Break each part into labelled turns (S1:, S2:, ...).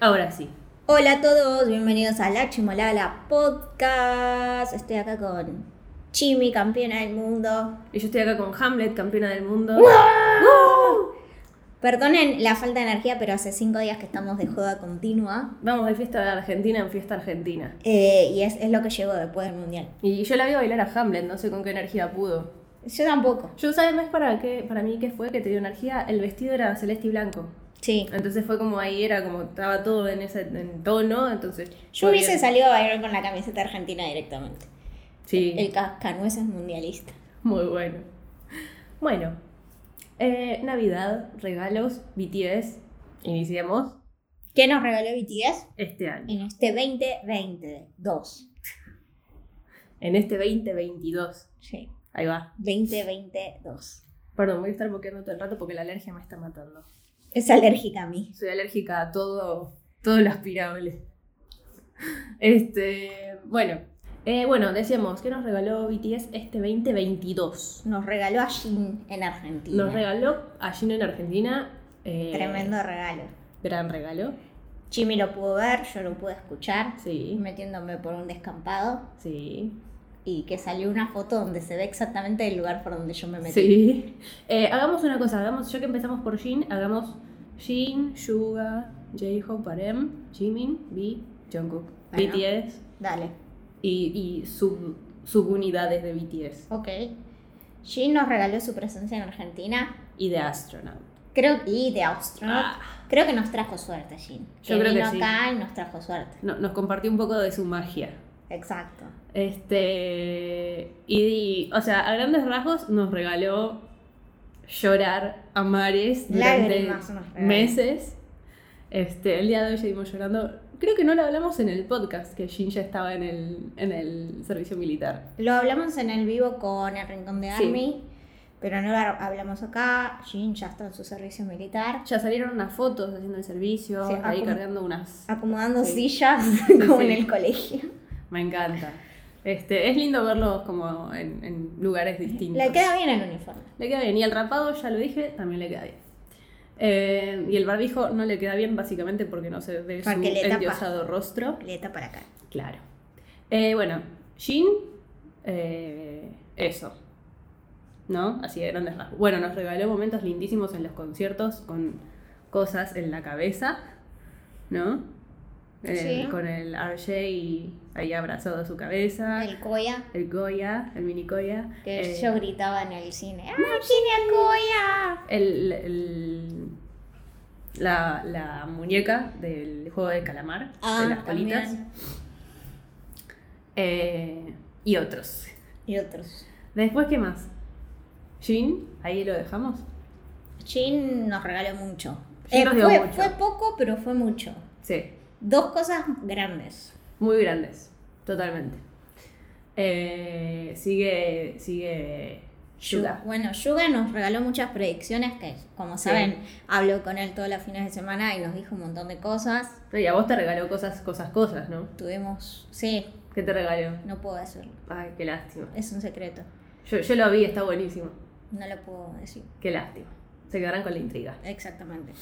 S1: Ahora sí.
S2: Hola a todos, bienvenidos a La Chimolala Podcast. Estoy acá con Chimi, campeona del mundo.
S1: Y yo estoy acá con Hamlet, campeona del mundo.
S2: Perdonen la falta de energía, pero hace cinco días que estamos de joda continua.
S1: Vamos de fiesta de Argentina en fiesta argentina.
S2: Eh, y es, es lo que llegó después del mundial.
S1: Y yo la vi bailar a Hamlet, no sé con qué energía pudo.
S2: Yo tampoco.
S1: Yo, ¿sabes más para qué? Para mí, ¿qué fue que te dio energía? El vestido era celeste y blanco.
S2: Sí.
S1: Entonces fue como ahí, era como estaba todo en ese en tono, entonces...
S2: Yo
S1: fue
S2: hubiese
S1: bien.
S2: salido a bailar con la camiseta argentina directamente.
S1: Sí,
S2: El cascanueces mundialista.
S1: muy bueno. Bueno, eh, Navidad, regalos, BTS, iniciamos
S2: ¿Qué nos regaló BTS?
S1: este año.
S2: En este 2022.
S1: En este 2022.
S2: Sí.
S1: Ahí va.
S2: 2022.
S1: Perdón, voy a estar boqueando todo el rato porque la alergia me está matando.
S2: Es alérgica a mí.
S1: Soy alérgica a todo, todo lo aspirable. Este, bueno, Eh, bueno, decíamos, ¿qué nos regaló BTS este 2022?
S2: Nos regaló a Jin en Argentina.
S1: Nos regaló a Gino en Argentina. eh,
S2: Tremendo regalo.
S1: Gran regalo.
S2: Jimmy lo pudo ver, yo lo pude escuchar,
S1: Sí,
S2: metiéndome por un descampado
S1: sí,
S2: y que salió una foto donde se ve exactamente el lugar por donde yo me metí.
S1: sí. Eh, hagamos una cosa, hagamos, ya que empezamos por Jin, hagamos Jin, Suga, J-Hope, RM, Jimin, B, Jungkook,
S2: Bueno.
S1: BTS
S2: Dale.
S1: y, y sub- subunidades de BTS.
S2: Ok. Jin nos regaló su presencia en Argentina.
S1: y de Astronaut.
S2: Creo y de Austronaut.
S1: Ah.
S2: Creo que nos trajo suerte, Jin.
S1: Yo creo que
S2: vino
S1: sí.
S2: acá y nos trajo suerte.
S1: No- nos compartió un poco de su magia.
S2: Exacto.
S1: Este. Y, y, o sea, a grandes rasgos nos regaló llorar a mares durante
S2: Lágrimas nos regaló.
S1: meses. Este, el día de hoy seguimos llorando. Creo que no lo hablamos en el podcast, que Jin ya estaba en el, en el servicio militar.
S2: Lo hablamos en el vivo con el Rincón de
S1: Sí.
S2: Army, pero no lo hablamos acá. Jin ya está en su servicio militar,
S1: Ya salieron unas fotos haciendo el servicio,
S2: Sí, ah,
S1: ahí
S2: acom-
S1: cargando unas.
S2: acomodando
S1: Sí.
S2: sillas como en
S1: sí.
S2: el colegio.
S1: Me encanta. Este, es lindo verlos como en, en lugares distintos.
S2: Le queda bien el uniforme.
S1: Le queda bien. Y el rapado, ya lo dije, también le queda bien. Eh, y el barbijo no le queda bien básicamente porque no se ve
S2: Porque le
S1: su
S2: tapa.
S1: endiosado rostro.
S2: Le para acá.
S1: Claro. Eh, bueno, Jean, eh, eso. ¿No? Así de grandes rasgos. Bueno, nos regaló momentos lindísimos en los conciertos con cosas en la cabeza, ¿no? Eh,
S2: Sí.
S1: Con el RJ y ahí abrazado a su cabeza. El,
S2: El Koya,
S1: Goya, el mini Goya.
S2: que
S1: Ah. Eh,
S2: yo gritaba en el cine. ¡Ah, cine Koya!
S1: el, el- la, la muñeca del juego de calamar,
S2: Ah,
S1: de las colitas,
S2: también.
S1: eh, y otros.
S2: Y otros.
S1: Después, ¿qué más? Jin, ahí lo dejamos.
S2: Jin nos regaló mucho.
S1: Jin
S2: Eh,
S1: nos dio
S2: fue,
S1: mucho.
S2: fue poco, pero fue mucho.
S1: Sí,
S2: Dos cosas grandes.
S1: muy grandes, totalmente. Eh, sigue, sigue
S2: Yu-
S1: Yuga.
S2: Bueno, Yuga nos regaló muchas predicciones que, como
S1: Sí.
S2: saben, hablo con él todos los fines de semana y nos dijo un montón de cosas.
S1: Y a vos te regaló cosas, cosas, cosas, ¿no?
S2: Tuvimos, sí,
S1: ¿Qué te regaló?
S2: no puedo decirlo,
S1: Ay, qué lástima.
S2: es un secreto,
S1: Yo, yo lo vi, está buenísimo.
S2: no lo puedo decir
S1: Qué lástima. Se quedarán con la intriga.
S2: exactamente.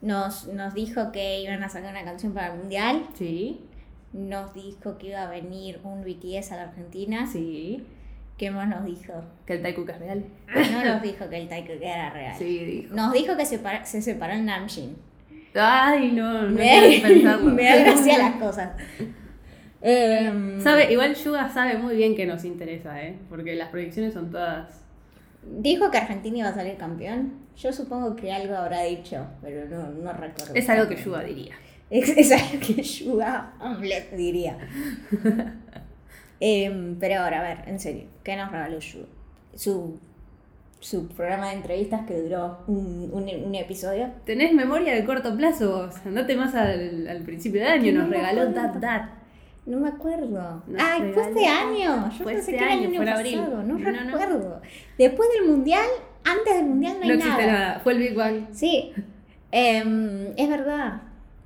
S2: Nos, nos dijo que iban a sacar una canción para el mundial,
S1: Sí,
S2: nos dijo que iba a venir un BTS a la Argentina,
S1: Ah, sí.
S2: ¿qué más nos dijo?
S1: Que el Taikuka es real.
S2: No nos dijo que el Taiko era real.
S1: Sí, dijo.
S2: Nos dijo que separa- se separó en Namjin.
S1: Ay, no, no
S2: Me,
S1: quiero pensarlo.
S2: me da gracia las cosas. Em,
S1: Sabe, igual Yuga sabe muy bien que nos interesa, ¿eh? Porque las proyecciones son todas.
S2: Dijo que Argentina iba a salir campeón. Yo supongo que algo habrá dicho, pero no, no recuerdo.
S1: Es algo que Yuga diría.
S2: Es, es algo que Yuga Hamlet diría. Em, pero ahora, a ver, en serio, ¿qué nos regaló Yuga? Su, su programa de entrevistas que duró un, un- un episodio.
S1: Tenés memoria de corto plazo vos. Andate más al, al principio de año. Nos regaló Dat Dat.
S2: No me acuerdo.
S1: Nos
S2: Ay, fue este
S1: regaló-
S2: año. Yo
S1: fue este
S2: pensé que era el
S1: año,
S2: año
S1: fue en
S2: pasado.
S1: abril.
S2: No,
S1: No, no.
S2: recuerdo. Después del mundial, antes del mundial no hay
S1: No existe nada. Fue el Big Bang.
S2: Sí, Em, es verdad.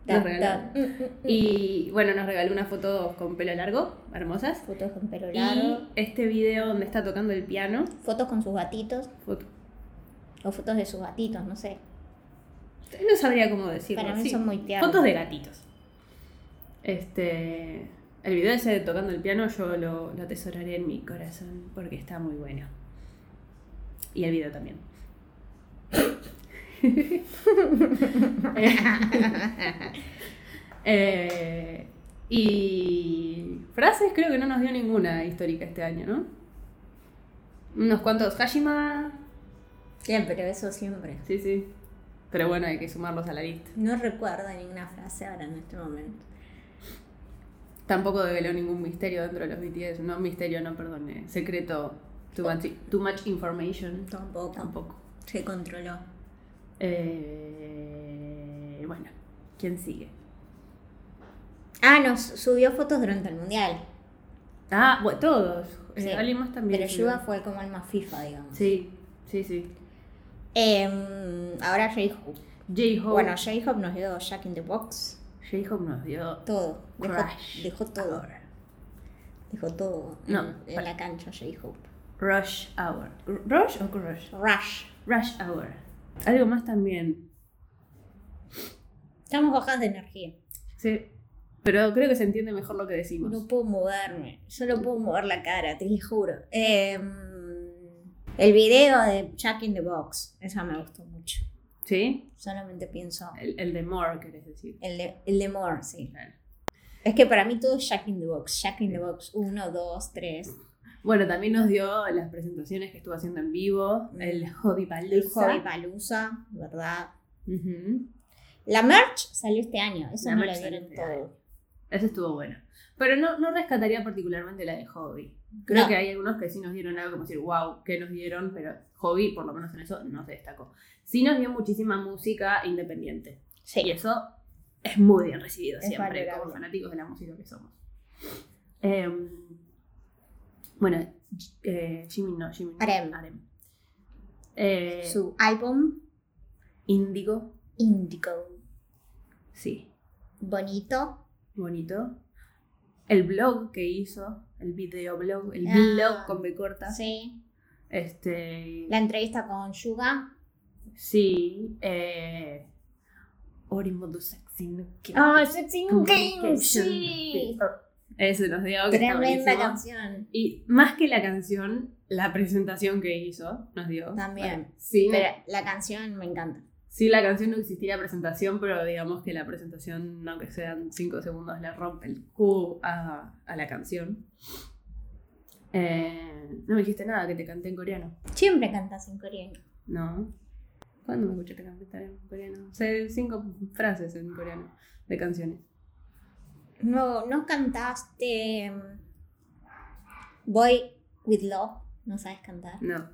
S1: Nos
S2: Ta-
S1: regaló.
S2: ta- mm, mm, mm.
S1: Y bueno, nos regaló unas fotos con pelo largo, hermosas.
S2: Fotos con pelo
S1: Y
S2: largo,
S1: este video donde está tocando el piano.
S2: fotos con sus gatitos
S1: Foto-
S2: o fotos de sus gatitos, no sé.
S1: No sabría cómo decirlo.
S2: Para mí
S1: sí.
S2: son muy tiernos.
S1: Fotos de gatitos. Este. El video ese de tocando el piano yo lo, lo atesoraré en mi corazón porque está muy bueno. Y el video también. Eh, y frases creo que no nos dio ninguna histórica este año, ¿no? Unos cuantos Hashima.
S2: Siempre, eso siempre.
S1: Sí, sí. Pero bueno, hay que sumarlos a la lista.
S2: No recuerdo ninguna frase ahora en este momento.
S1: Tampoco develó ningún misterio dentro de los BTS. No, misterio, no, perdón. eh, secreto. Too much, too much information.
S2: Tampoco.
S1: Tampoco.
S2: Se controló.
S1: Eh, bueno, ¿quién sigue?
S2: Ah, nos subió fotos durante el mundial.
S1: Ah, bueno, todos. Eh,
S2: Sí.
S1: alguien más también.
S2: Pero Yuga fue como el más FIFA, digamos.
S1: Sí, sí, sí.
S2: Em, ahora J-Hope.
S1: J-Hope.
S2: Bueno, J-Hope nos dio Jack in the Box.
S1: J-Hope nos dio
S2: Todo. Dejó,
S1: Crash.
S2: dejó todo. Dejó todo en-
S1: No,
S2: en,
S1: para-
S2: la cancha J-Hope.
S1: Rush Hour. R- ¿Rush o Crush?
S2: Rush.
S1: Rush Hour. Algo más también.
S2: Estamos bajas de energía.
S1: Sí. Pero creo que se entiende mejor lo que decimos.
S2: No puedo moverme. Solo puedo mover la cara, te lo juro. Em, el video de Jack in the Box. Esa me gustó mucho.
S1: ¿Sí?
S2: Solamente pienso.
S1: El, el de More, querés decir.
S2: El de, el de More, sí.
S1: Claro.
S2: Es que para mí todo es Jack in the Box. Jack in the Box 1, 2, 3.
S1: Bueno, también nos dio las presentaciones que estuvo haciendo en vivo.
S2: Mm.
S1: El Hobby
S2: El Hobby Palusa, ¿verdad?
S1: Ujú.
S2: La merch salió este año. Eso
S1: La
S2: no
S1: merch
S2: lo
S1: salió
S2: dieron
S1: este
S2: todo.
S1: Ese estuvo bueno. Pero no, no rescataría particularmente la de Hobby. Creo
S2: No.
S1: que hay algunos que sí nos dieron algo como decir, wow, ¿qué nos dieron? Pero Hobby, por lo menos en eso, no se destacó. Sí nos dio muchísima música independiente.
S2: Sí.
S1: Y eso es muy bien recibido
S2: Es
S1: siempre,
S2: valorable.
S1: como fanáticos de la música que somos. Eh, bueno, eh, Jimin no, Jimin. no,
S2: Arem.
S1: Eh,
S2: Su álbum
S1: Índigo,
S2: Indigo.
S1: sí,
S2: Bonito.
S1: bonito. El blog que hizo, el videoblog, el
S2: Ah.
S1: blog con B corta.
S2: Sí.
S1: Este,
S2: La entrevista con Yuga.
S1: Sí, eh, Orimodo Sexy no Kyo.
S2: Ah, Sexy Game.
S1: Communication.
S2: Sí.
S1: Eso nos dio que está
S2: Tremenda
S1: buenísimo.
S2: canción.
S1: Y más que la canción, la presentación que hizo nos dio.
S2: También.
S1: Sí,
S2: Pero la canción me encanta.
S1: sí, la canción no existía presentación, pero digamos que la presentación, aunque sean 5 segundos, le rompe el Q a, a la canción. Eh, no me dijiste nada que te canté en coreano.
S2: Siempre cantas en coreano.
S1: No. ¿Cuándo me escuchaste cantar en coreano? Sé cinco frases en coreano de canciones.
S2: No, no cantaste mm, Boy with Love. No sabes cantar.
S1: No.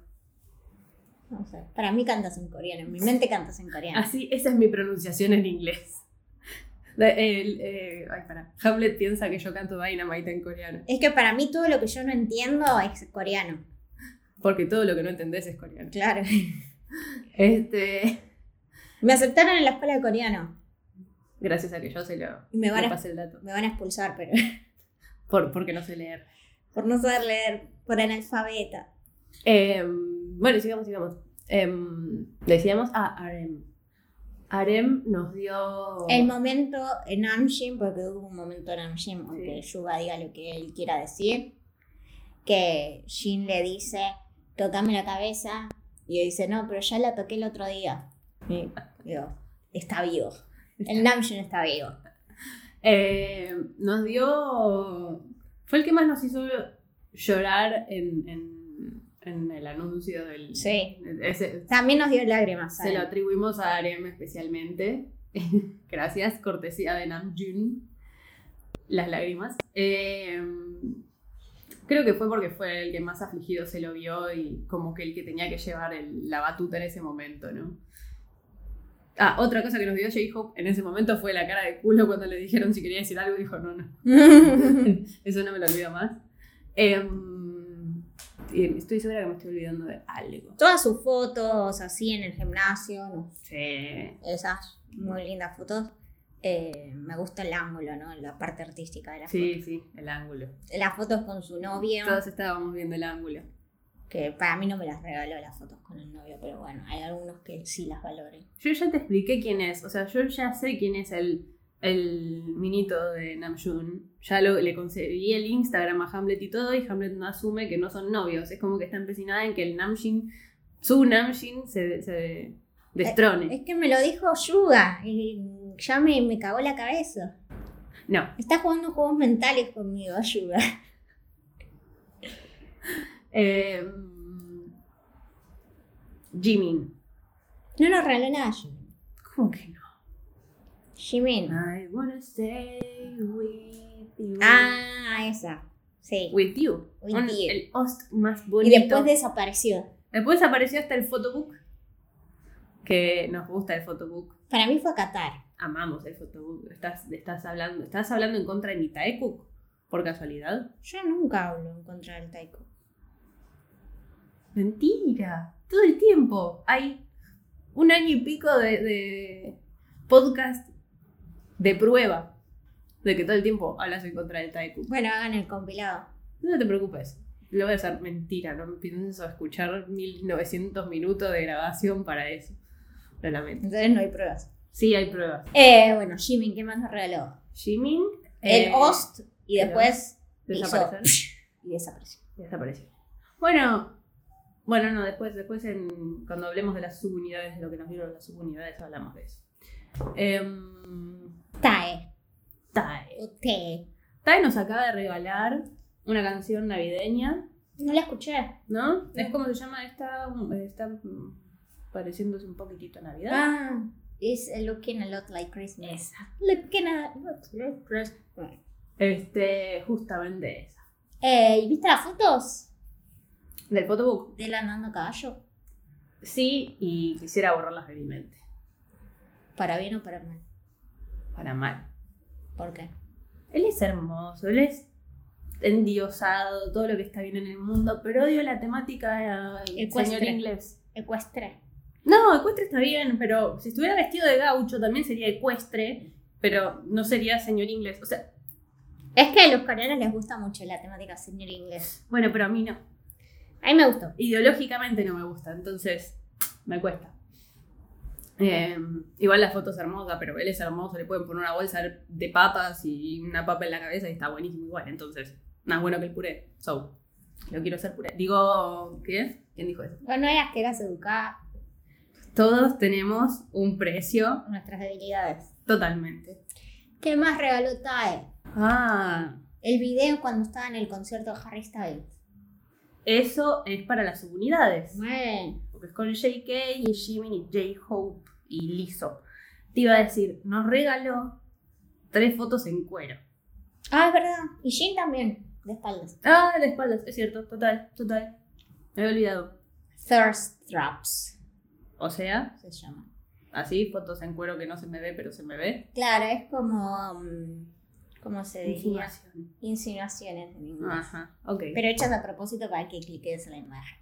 S2: No sé. Para mí cantas en coreano. En mi mente cantas en coreano.
S1: Así, esa es mi pronunciación en inglés. La- el, eh, ay, pará. Hamlet piensa que yo canto Dynamite en coreano.
S2: Es que para mí todo lo que yo no entiendo es coreano.
S1: Porque todo lo que no entendés es coreano.
S2: Claro.
S1: Este,
S2: Me aceptaron en la escuela de coreano.
S1: gracias a que yo se lo
S2: Y me van
S1: le
S2: a-
S1: pasé el dato.
S2: Me van a expulsar, pero
S1: Por, porque no sé leer.
S2: por no saber leer, por analfabeta.
S1: Em, bueno, sigamos, sigamos. Em, decíamos, ah, Arem. Arem nos dio.
S2: El momento en Namjoon, porque hubo un momento en Namjoon, aunque Yuga diga lo que él quiera decir, que Jin le dice, tocame la cabeza, y él dice, no, pero ya la toqué el otro día. Y digo, está vivo. El Namjoon está vivo.
S1: Eh, nos dio. Fue el que más nos hizo llorar en, en- en el anuncio del.
S2: Sí.
S1: Ese-
S2: También nos dio lágrimas.
S1: se
S2: ¿saben?
S1: lo atribuimos a Arem especialmente. Gracias, cortesía de Namjoon. Las lágrimas. Eh, creo que fue porque fue el que más afligido se lo vio y como que el que tenía que llevar el- la batuta en ese momento, ¿no? Ah, otra cosa que nos dio J-Hope en ese momento fue la cara de culo cuando le dijeron si quería decir algo y dijo, no, no. Eso no me lo olvido más. Em, y estoy segura que me estoy olvidando de algo.
S2: Todas sus fotos así en el gimnasio, ¿no?
S1: Sí.
S2: esas muy lindas fotos. Eh, me gusta el ángulo, ¿no? La parte artística de las
S1: Sí, sí, el ángulo.
S2: fotos. Las fotos con su novio.
S1: Todos estábamos viendo el ángulo.
S2: que para mí no me las regaló las fotos con el novio, pero bueno, hay algunos que sí las valoré.
S1: Yo ya te expliqué quién es, o sea, yo ya sé quién es el, el minito de Namjoon. Ya lo, le conseguí el Instagram a Hamlet y todo, y Hamlet no asume que no son novios. Es como que está empecinada en que el Namjin, su Namjin, se, se destrone.
S2: Es que me lo dijo Yuga y ya me, me cagó la cabeza.
S1: No.
S2: Está jugando juegos mentales conmigo, Yuga.
S1: Eh, Jimin.
S2: No nos regaló nada, Jimin.
S1: ¿Cómo que no?
S2: Jimin.
S1: I wanna stay with you.
S2: Ah, esa. Sí.
S1: With you.
S2: With
S1: Un-
S2: you.
S1: El host más
S2: Y
S1: bonito.
S2: después desapareció.
S1: Después apareció hasta el photobook. Que nos gusta el photobook.
S2: Para mí fue a Qatar.
S1: Amamos el photobook. Estás, estás hablando. ¿Estás hablando en contra de mi Taekook? ¿Por casualidad?
S2: Yo nunca hablo en contra del taiko.
S1: Mentira. Todo el tiempo. Hay un año y pico de, de podcast de prueba. De que todo el tiempo hablas en contra del Taekook.
S2: Bueno, hagan el compilado.
S1: No te preocupes. Lo voy a hacer mentira, no pienso escuchar 1900 minutos de grabación para eso. Lo lamento.
S2: Entonces no hay pruebas.
S1: Sí, hay pruebas.
S2: Eh, bueno, Jimin, ¿qué más nos regaló?
S1: Jimin. eh,
S2: el host y
S1: el
S2: después hizo
S1: Desaparecer.
S2: y desapareció.
S1: Desapareció. Bueno. Bueno, no, después, después en, cuando hablemos de las subunidades, de lo que nos dieron las subunidades, hablamos de eso. Em,
S2: Tae,
S1: Tae.
S2: o Te.
S1: Tae nos acaba de regalar una canción navideña,
S2: No la escuché.
S1: ¿no? Es como se llama esta, está mm, pareciéndose un poquitito a Navidad.
S2: Ah, it's looking a lot like Christmas. Looking a lot like Christmas.
S1: Este, justamente esa.
S2: Eh, ¿y ¿Viste las fotos
S1: Del photobook.
S2: del andando a caballo?
S1: Sí, y quisiera borrarlas de mi mente.
S2: Para bien o para mal.
S1: Para mal.
S2: ¿Por qué?
S1: Él es hermoso, él es endiosado, todo lo que está bien en el mundo, pero odio la temática eh,
S2: Ecuestre.
S1: señor inglés.
S2: Ecuestre.
S1: No, ecuestre está bien, pero si estuviera vestido de gaucho también sería ecuestre, pero no sería señor inglés. O sea,
S2: Es que a los coreanos les gusta mucho la temática señor inglés.
S1: bueno, pero a mí no.
S2: A mí me gustó.
S1: Ideológicamente no me gusta, entonces me cuesta. Eh, igual la foto es hermosa, pero él es hermoso, le pueden poner una bolsa de papas y una papa en la cabeza y está buenísimo igual, entonces, más bueno que el puré. So, lo quiero hacer puré. Digo, ¿qué? ¿Quién dijo eso?
S2: Vos no eras que eras educada
S1: Todos tenemos un precio
S2: con nuestras debilidades.
S1: totalmente.
S2: ¿Qué más regaló Tae?
S1: Ah,
S2: El video cuando estaba en el concierto de Harry Styles.
S1: eso es para las subunidades.
S2: Bueno.
S1: porque es con JK y Jimin y J-Hope y Lizzo. Te iba a decir, nos regaló tres fotos en cuero.
S2: Ah, es verdad. Y Jin también, de espaldas.
S1: Ah, de espaldas, es cierto, total, total. Me había olvidado.
S2: Thirst traps
S1: O sea,
S2: se llama.
S1: así, fotos en cuero que no se me ve, pero se me ve.
S2: Claro, es como. mm, ¿Cómo se diría?
S1: Insinuación. Ah.
S2: Insinuaciones en inglés.
S1: Ajá, ok.
S2: Pero hechas a propósito para que cliques en la imagen.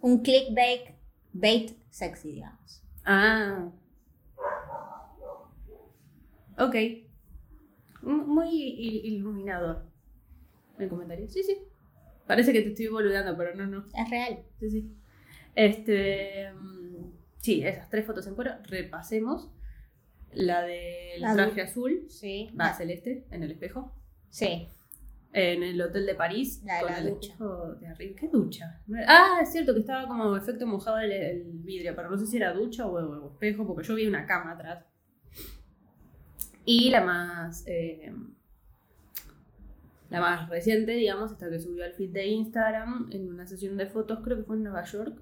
S2: Un clickbait bait sexy, digamos.
S1: Ah. Ok. M- Muy il- iluminador. ¿El comentario? Sí, sí. Parece que te estoy boludeando, pero no, no.
S2: Es real.
S1: Sí, sí. Este. mm, Sí, esas tres fotos en cuero. Repasemos. La del
S2: La
S1: traje
S2: du-
S1: azul,
S2: Sí.
S1: va celeste, en el espejo.
S2: Sí.
S1: En el hotel de París,
S2: La de
S1: con
S2: la
S1: el
S2: ducha.
S1: espejo de arriba. ¿Qué ducha? No era- Ah, es cierto que estaba como efecto mojado el, el vidrio, pero no sé si era ducha o, o espejo, porque yo vi una cama atrás. Y la más. eh, la más reciente, digamos, esta que subió al feed de Instagram en una sesión de fotos, creo que fue en Nueva York,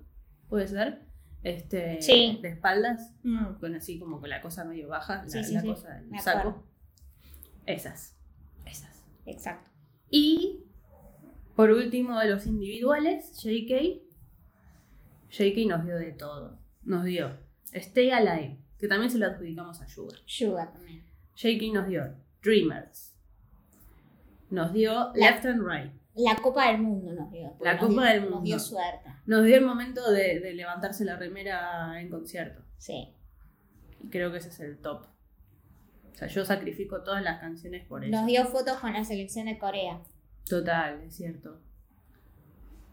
S1: puede ser. Este,
S2: Sí.
S1: De espaldas,
S2: Mm.
S1: con así como con la cosa medio baja, la,
S2: Sí, sí,
S1: la
S2: sí.
S1: cosa, el
S2: Me
S1: saco.
S2: acuerdo.
S1: Esas. Esas.
S2: Exacto.
S1: Y por último de los individuales, JK. JK nos dio de todo. Nos dio Stay Alive, que también se lo adjudicamos a Sugar.
S2: Yuga también.
S1: JK nos dio Dreamers. Nos dio
S2: La-
S1: Left and Right.
S2: La Copa del Mundo nos dio.
S1: La
S2: nos
S1: Copa
S2: dio-
S1: del Mundo.
S2: Nos dio suerte.
S1: Nos dio el momento de, de levantarse la remera en concierto.
S2: Sí.
S1: Y creo que ese es el top. O sea, yo sacrifico todas las canciones por eso.
S2: Nos dio fotos con la selección de Corea.
S1: Total, es cierto.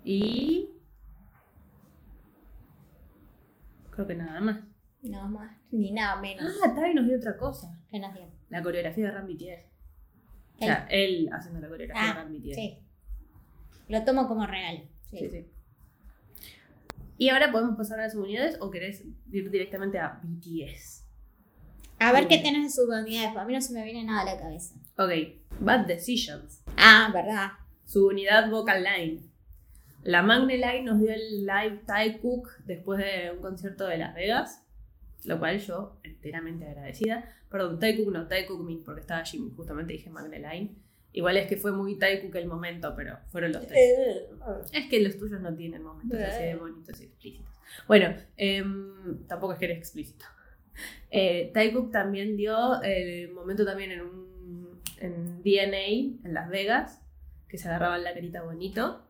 S1: Y creo que nada más.
S2: No más, ni nada menos.
S1: Ah, Tavi nos dio otra cosa.
S2: Menos bien.
S1: La coreografía de Ram BTS. O sea, él haciendo la coreografía de
S2: Ah,
S1: Ram BTS.
S2: sí. Lo tomo como regalo. Sí.
S1: Sí, sí. Y ahora podemos pasar a las subunidades o querés ir directamente a BTS.
S2: A ver
S1: Sí.
S2: qué tenés de subunidades, porque a mí no se me viene nada a la cabeza.
S1: Ok, Bad Decisions.
S2: Ah, verdad.
S1: Subunidad Vocal Line. La Magne Line nos dio el live Thai Cook después de un concierto de Las Vegas, lo cual yo enteramente agradecida. Perdón, Thai Cook no, Thai Cook Min, porque estaba Jimmy, justamente dije Magne Line. Igual es que fue muy Thai Cook el momento, pero fueron los tres.
S2: Eh,
S1: Es que los tuyos no tienen momentos
S2: Bleh.
S1: así de bonitos y explícitos. Bueno, em, tampoco es que era explícito. Eh, Taekook también dio el momento también en un en DNA en Las Vegas, que se agarraban la carita bonito.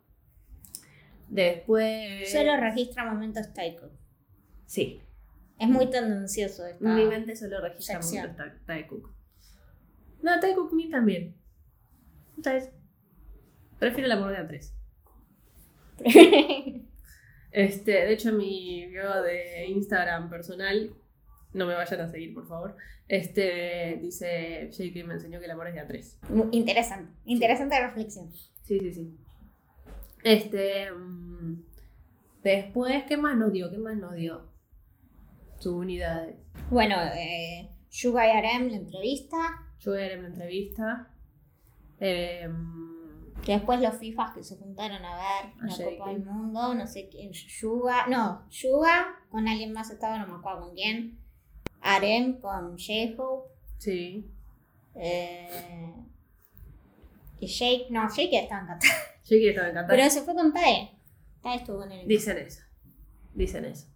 S1: Después.
S2: eh. Solo registra momentos taiko.
S1: Sí.
S2: Es muy tendencioso esta.
S1: Mi mente solo registra
S2: Ah. Sección.
S1: mucho Ta- Taekook. No, Taekook Min también. Entonces, prefiero la moneda 3. Este, de hecho, mi bio de Instagram personal, no me vayan a seguir, por favor. Este, dice JK me enseñó que el amor es de a tres.
S2: Muy interesante. Interesante reflexión.
S1: Sí, sí, sí. Este, mm, después, ¿qué más nos dio? ¿Qué más nos dio? Subunidades.
S2: Bueno, eh, Yuga y Arem, la entrevista.
S1: Yo era en la entrevista. Em,
S2: Después los FIFAs que se juntaron a ver la
S1: Ayer.
S2: Copa del Mundo, no sé quién, Yuga, no, Yuga con alguien más estaba, no me acuerdo con quién, Arem con J-Hope,
S1: sí.
S2: eh, y Jake, no, Jake ya estaba en Qatar,
S1: JK estaba encantada.
S2: pero se fue con Tae, Tae estuvo en el
S1: Dicen eso. Dicen eso.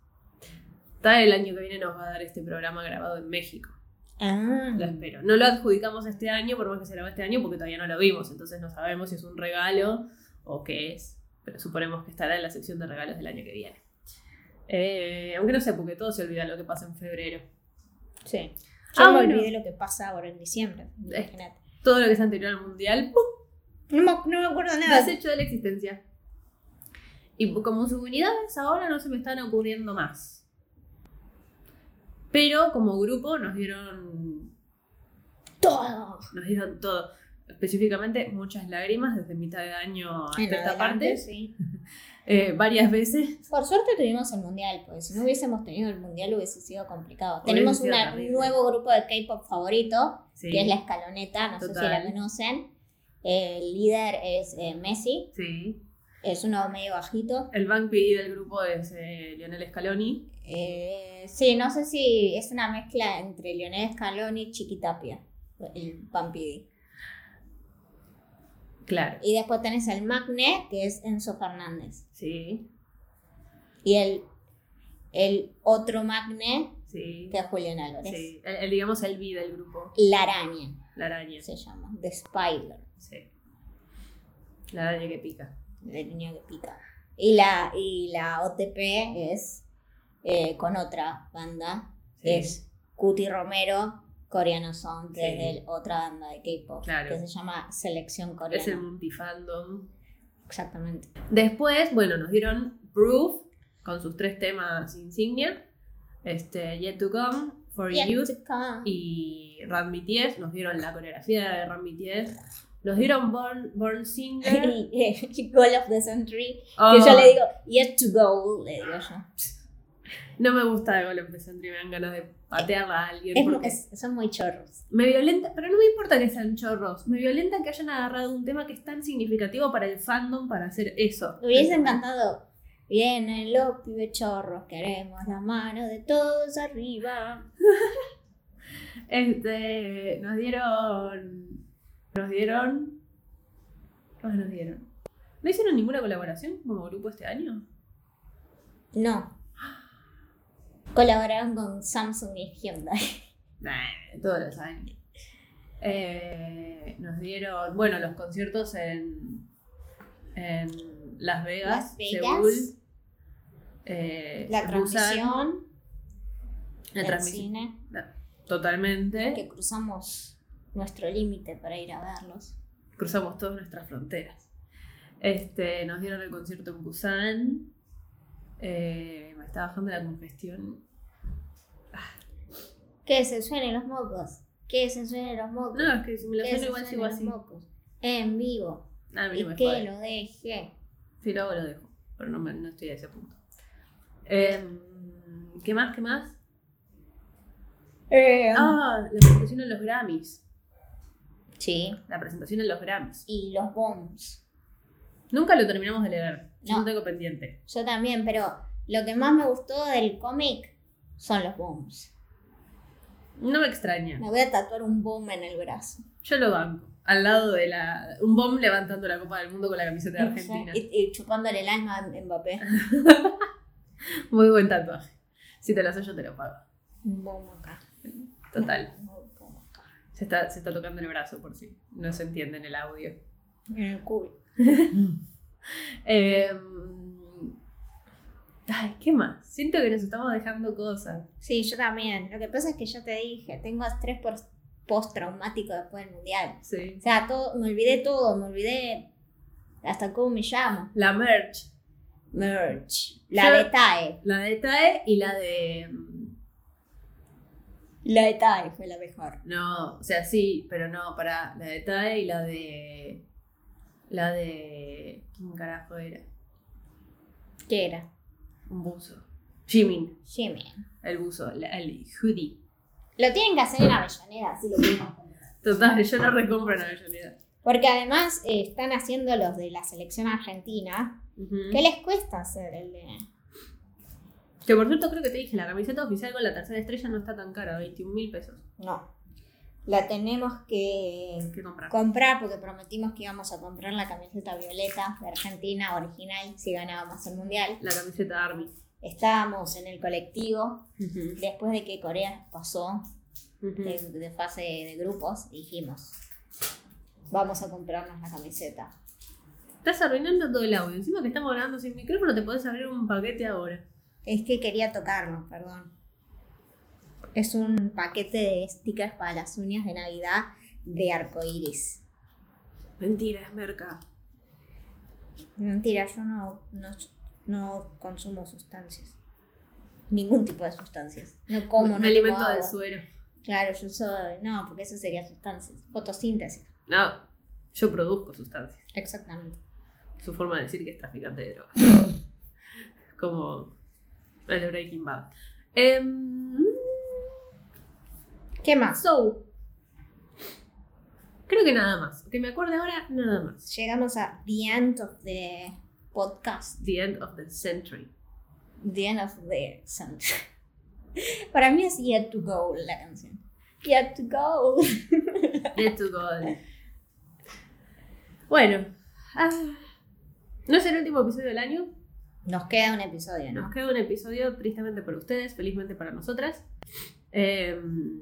S1: Tal el año que viene nos va a dar este programa grabado en México.
S2: Ah,
S1: Lo espero. No lo adjudicamos este año, por más que se grabó este año, porque todavía no lo vimos, entonces no sabemos si es un regalo o qué es, pero suponemos que estará en la sección de regalos del año que viene. Eh, aunque no sé, porque todo se olvida lo que pasa en febrero.
S2: sí. Eh. Yo
S1: Ah,
S2: me
S1: bueno.
S2: olvidé lo que pasa ahora en diciembre, imagínate.
S1: Todo lo que es anterior al mundial, ¡pum!
S2: No me, no me acuerdo nada.
S1: desecho de la existencia. Y como subunidades ahora no se me están ocurriendo más. Pero como grupo nos dieron
S2: Todo.
S1: nos dieron todo. Específicamente muchas lágrimas desde mitad de año hasta
S2: En
S1: esta
S2: adelante,
S1: parte.
S2: sí.
S1: Eh, varias veces.
S2: Por suerte tuvimos el mundial, pues si no hubiésemos tenido el mundial hubiese sido complicado. Tenemos
S1: sido
S2: una-
S1: terrible.
S2: un nuevo grupo de K-pop favorito,
S1: Sí,
S2: que es la escaloneta, no sé si
S1: Total.
S2: la conocen. El líder es eh, Messi,
S1: sí.
S2: es uno medio bajito.
S1: El Bank PD del grupo es eh, Lionel Scaloni.
S2: Eh, sí, no sé si es una mezcla entre Lionel Scaloni y Chiquitapia, el Pampidi.
S1: Claro.
S2: Y después tenés el Magne, que es Enzo Fernández.
S1: Sí,
S2: Y el, el otro Magne,
S1: sí.
S2: que es Julián Álvarez.
S1: sí. El, el, digamos el B del grupo,
S2: La araña
S1: la araña.
S2: se llama, The Spider.
S1: Sí. La araña que pica.
S2: la niña que pica. Y la, y la OTP es eh, con otra banda,
S1: Sí.
S2: es Cuti Romero, coreano son, que
S1: Sí.
S2: es de otra banda de K-pop,
S1: Claro.
S2: que se llama Selección Coreana.
S1: Es el multifandom.
S2: Exactamente.
S1: Después, bueno, nos dieron Proof con sus tres temas insignia. Este, Yet to Come, For
S2: Bien,
S1: Youth
S2: chica.
S1: y Ram BTS, nos dieron la coreografía de Ram BTS, nos dieron Born, Born Singer,
S2: Y, eh, Goal of the Century,
S1: Oh,
S2: que yo le digo, yet to go, le digo yo.
S1: no me gusta de golpe Sentry, me dan ganas de patearla a alguien,
S2: Es mu-
S1: porque
S2: es- son muy chorros.
S1: me violenta, pero no me importa que sean chorros, me violenta que hayan agarrado un tema que es tan significativo para el fandom para hacer eso.
S2: Me hubiese encantado. Vienen los pibes chorros, queremos la mano de todos arriba.
S1: Este, nos dieron, nos dieron, ¿qué más nos dieron? ¿No hicieron ninguna colaboración como grupo este año?
S2: No. Colaboraron con Samsung y Hyundai.
S1: Nah, todos los años. Eh, nos dieron, bueno, los conciertos en, en Las Vegas,
S2: Las Vegas.
S1: Seúl, eh,
S2: La
S1: Busan,
S2: transmisión
S1: la
S2: del
S1: transmisión,
S2: cine,
S1: totalmente.
S2: que cruzamos nuestro límite para ir a verlos.
S1: Cruzamos todas nuestras fronteras. Este, nos dieron el concierto en Busan, Eh, me está bajando la congestión.
S2: Que se suenen los mocos. Que se suenen los mocos.
S1: No, es que si me la
S2: que
S1: suelo Ah,
S2: se
S1: igual
S2: suenen
S1: sigo
S2: los
S1: así.
S2: mocos. En vivo.
S1: Ah, a mí
S2: Y
S1: no me
S2: que
S1: jode.
S2: lo deje.
S1: Si lo hago, lo dejo. Pero no, me- no estoy a ese punto. Eh, ¿Qué más? ¿Qué más? Ah, la presentación en los Grammys.
S2: Sí.
S1: La presentación en los Grammys.
S2: Y los bombs.
S1: Nunca lo terminamos de leer. Yo
S2: No.
S1: no tengo pendiente.
S2: Yo también, pero lo que más me gustó del cómic son los bombs.
S1: No me extraña.
S2: Me voy a tatuar un bomb en el brazo.
S1: Yo lo banco. Al lado de la. Un bomb levantando la Copa del Mundo con la camiseta de Argentina.
S2: Y, y chupándole el alma a Mbappé.
S1: Muy buen tatuaje. Si te lo haces, yo te lo pago.
S2: Un bomb acá.
S1: Total.
S2: Un bomb acá.
S1: Se está, se está tocando el brazo por si no se entiende en el audio.
S2: En el culo.
S1: Eh, ay, ¿qué más? Siento que nos estamos dejando cosas.
S2: Sí, yo también. Lo que pasa es que yo te dije, tengo estrés por- postraumático después del mundial.
S1: Sí.
S2: O sea, todo, me olvidé todo, me olvidé hasta cómo me llamo.
S1: La merch.
S2: Merch. La E.
S1: Yo-
S2: de TAE.
S1: La de TAE y la de. mm,
S2: La de TAE fue la mejor.
S1: No, o sea, sí, pero no, para la de TAE y la de. La de. ¿Quién carajo era?
S2: ¿Qué era?
S1: Un buzo. Jimin,
S2: Jimmy.
S1: el buzo, la- el hoodie.
S2: Lo tienen que hacer en Avellaneda, así lo mismo.
S1: Total, yo no recompro en Avellaneda.
S2: Porque además eh, están haciendo los de la selección argentina. ¿Qué les cuesta hacer el de.?
S1: Que por cierto, creo que te dije, la camiseta oficial con la tercera estrella no está tan cara, 21 mil pesos.
S2: No. La tenemos que
S1: Hay que comprar.
S2: comprar porque prometimos que íbamos a comprar la camiseta violeta de Argentina original si ganábamos el mundial.
S1: La camiseta Army.
S2: Estábamos en el colectivo después de que Corea pasó de, de fase de grupos y dijimos, vamos a comprarnos la camiseta.
S1: Estás arruinando todo el audio. Encima que estamos grabando sin micrófono, te podés abrir un paquete ahora.
S2: Es que quería tocarlo, perdón. Es un paquete de stickers para las uñas de Navidad de arcoiris.
S1: Mentira, es merca.
S2: Mentira, yo no, no, no consumo sustancias. Ningún tipo de sustancias. No como, no
S1: Me
S2: tomo
S1: alimento de
S2: agua.
S1: suero.
S2: Claro, yo soy. No, porque eso sería sustancias. Fotosíntesis.
S1: No, yo produzco sustancias.
S2: Exactamente.
S1: Su forma de decir que es traficante de drogas. Como el de Breaking Bad. Em,
S2: ¿Qué más?
S1: so, creo que nada más. Que me acuerde ahora, nada más.
S2: Llegamos a The End of the Podcast.
S1: The end of the century.
S2: The End of the Sentence. Para mí es Yet to Go la canción. Yet to Go.
S1: Let's to God. Bueno, ah, no es el último episodio del año.
S2: Nos queda un episodio,
S1: Nos
S2: ¿no?
S1: queda un episodio tristemente para ustedes, felizmente para nosotras. Em,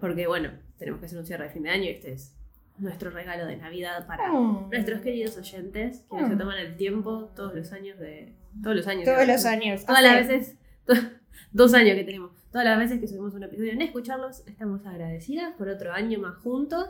S1: porque, bueno, tenemos que hacer un cierre de fin de año y este es nuestro regalo de Navidad para
S2: Mm.
S1: nuestros queridos oyentes que se toman el tiempo todos los años de. Todos los años.
S2: Todos
S1: digamos.
S2: los años.
S1: Todas las
S2: Hace-
S1: veces. to- dos años que tenemos. Todas las veces que subimos un episodio en escucharlos, estamos agradecidas por otro año más juntos.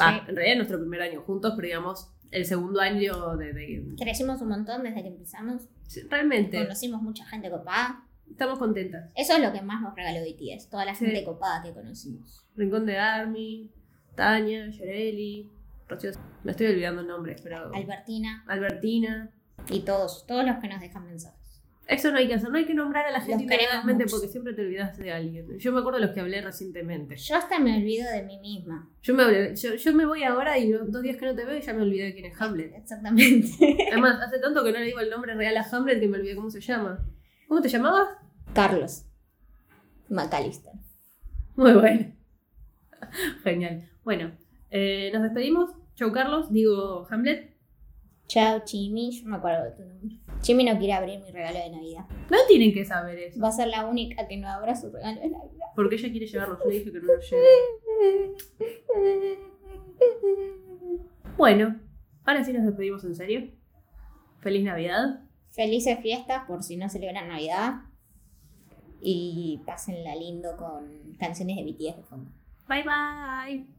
S1: Va,
S2: Sí.
S1: en realidad nuestro primer año juntos, pero digamos el segundo año de. de-
S2: Crecimos un montón desde que empezamos.
S1: realmente,
S2: Conocimos mucha gente copada.
S1: estamos contentas.
S2: Eso es lo que más nos regaló BTS, toda la
S1: Sí.
S2: gente copada que conocimos.
S1: Rincón de Army, Tania, Yareli, Rocío. Me estoy olvidando nombres, pero.
S2: Albertina
S1: Albertina.
S2: y todos, todos los que nos dejan mensajes.
S1: Eso no hay que hacer, no hay que nombrar a la gente
S2: Los queremos
S1: individualmente
S2: mucho.
S1: porque siempre te olvidas de alguien. Yo me acuerdo de los que hablé recientemente.
S2: Yo hasta me olvido de mí misma.
S1: Yo me, hablé- yo, yo me voy ahora y no- dos días que no te veo y ya me olvidé de quién es Hamlet.
S2: Exactamente.
S1: Además, hace tanto que no le digo el nombre real a Hamlet que me olvidé cómo se llama. ¿Cómo te llamabas?
S2: Carlos. Macalister.
S1: Muy bueno. Genial. Bueno, eh, nos despedimos. Chau Carlos, digo Hamlet.
S2: Chao, Chimi. Yo me acuerdo de tu nombre. Chimi no quiere abrir mi regalo de Navidad.
S1: No tienen que saber eso.
S2: Va a ser la única que no abra su regalo de Navidad.
S1: Porque ella quiere llevarlo, yo le dije que no lo lleve. Bueno, ahora sí nos despedimos en serio. Feliz Navidad.
S2: Felices fiestas por si no celebran Navidad. Y pásenla lindo con canciones de BTS de fondo.
S1: Bye bye.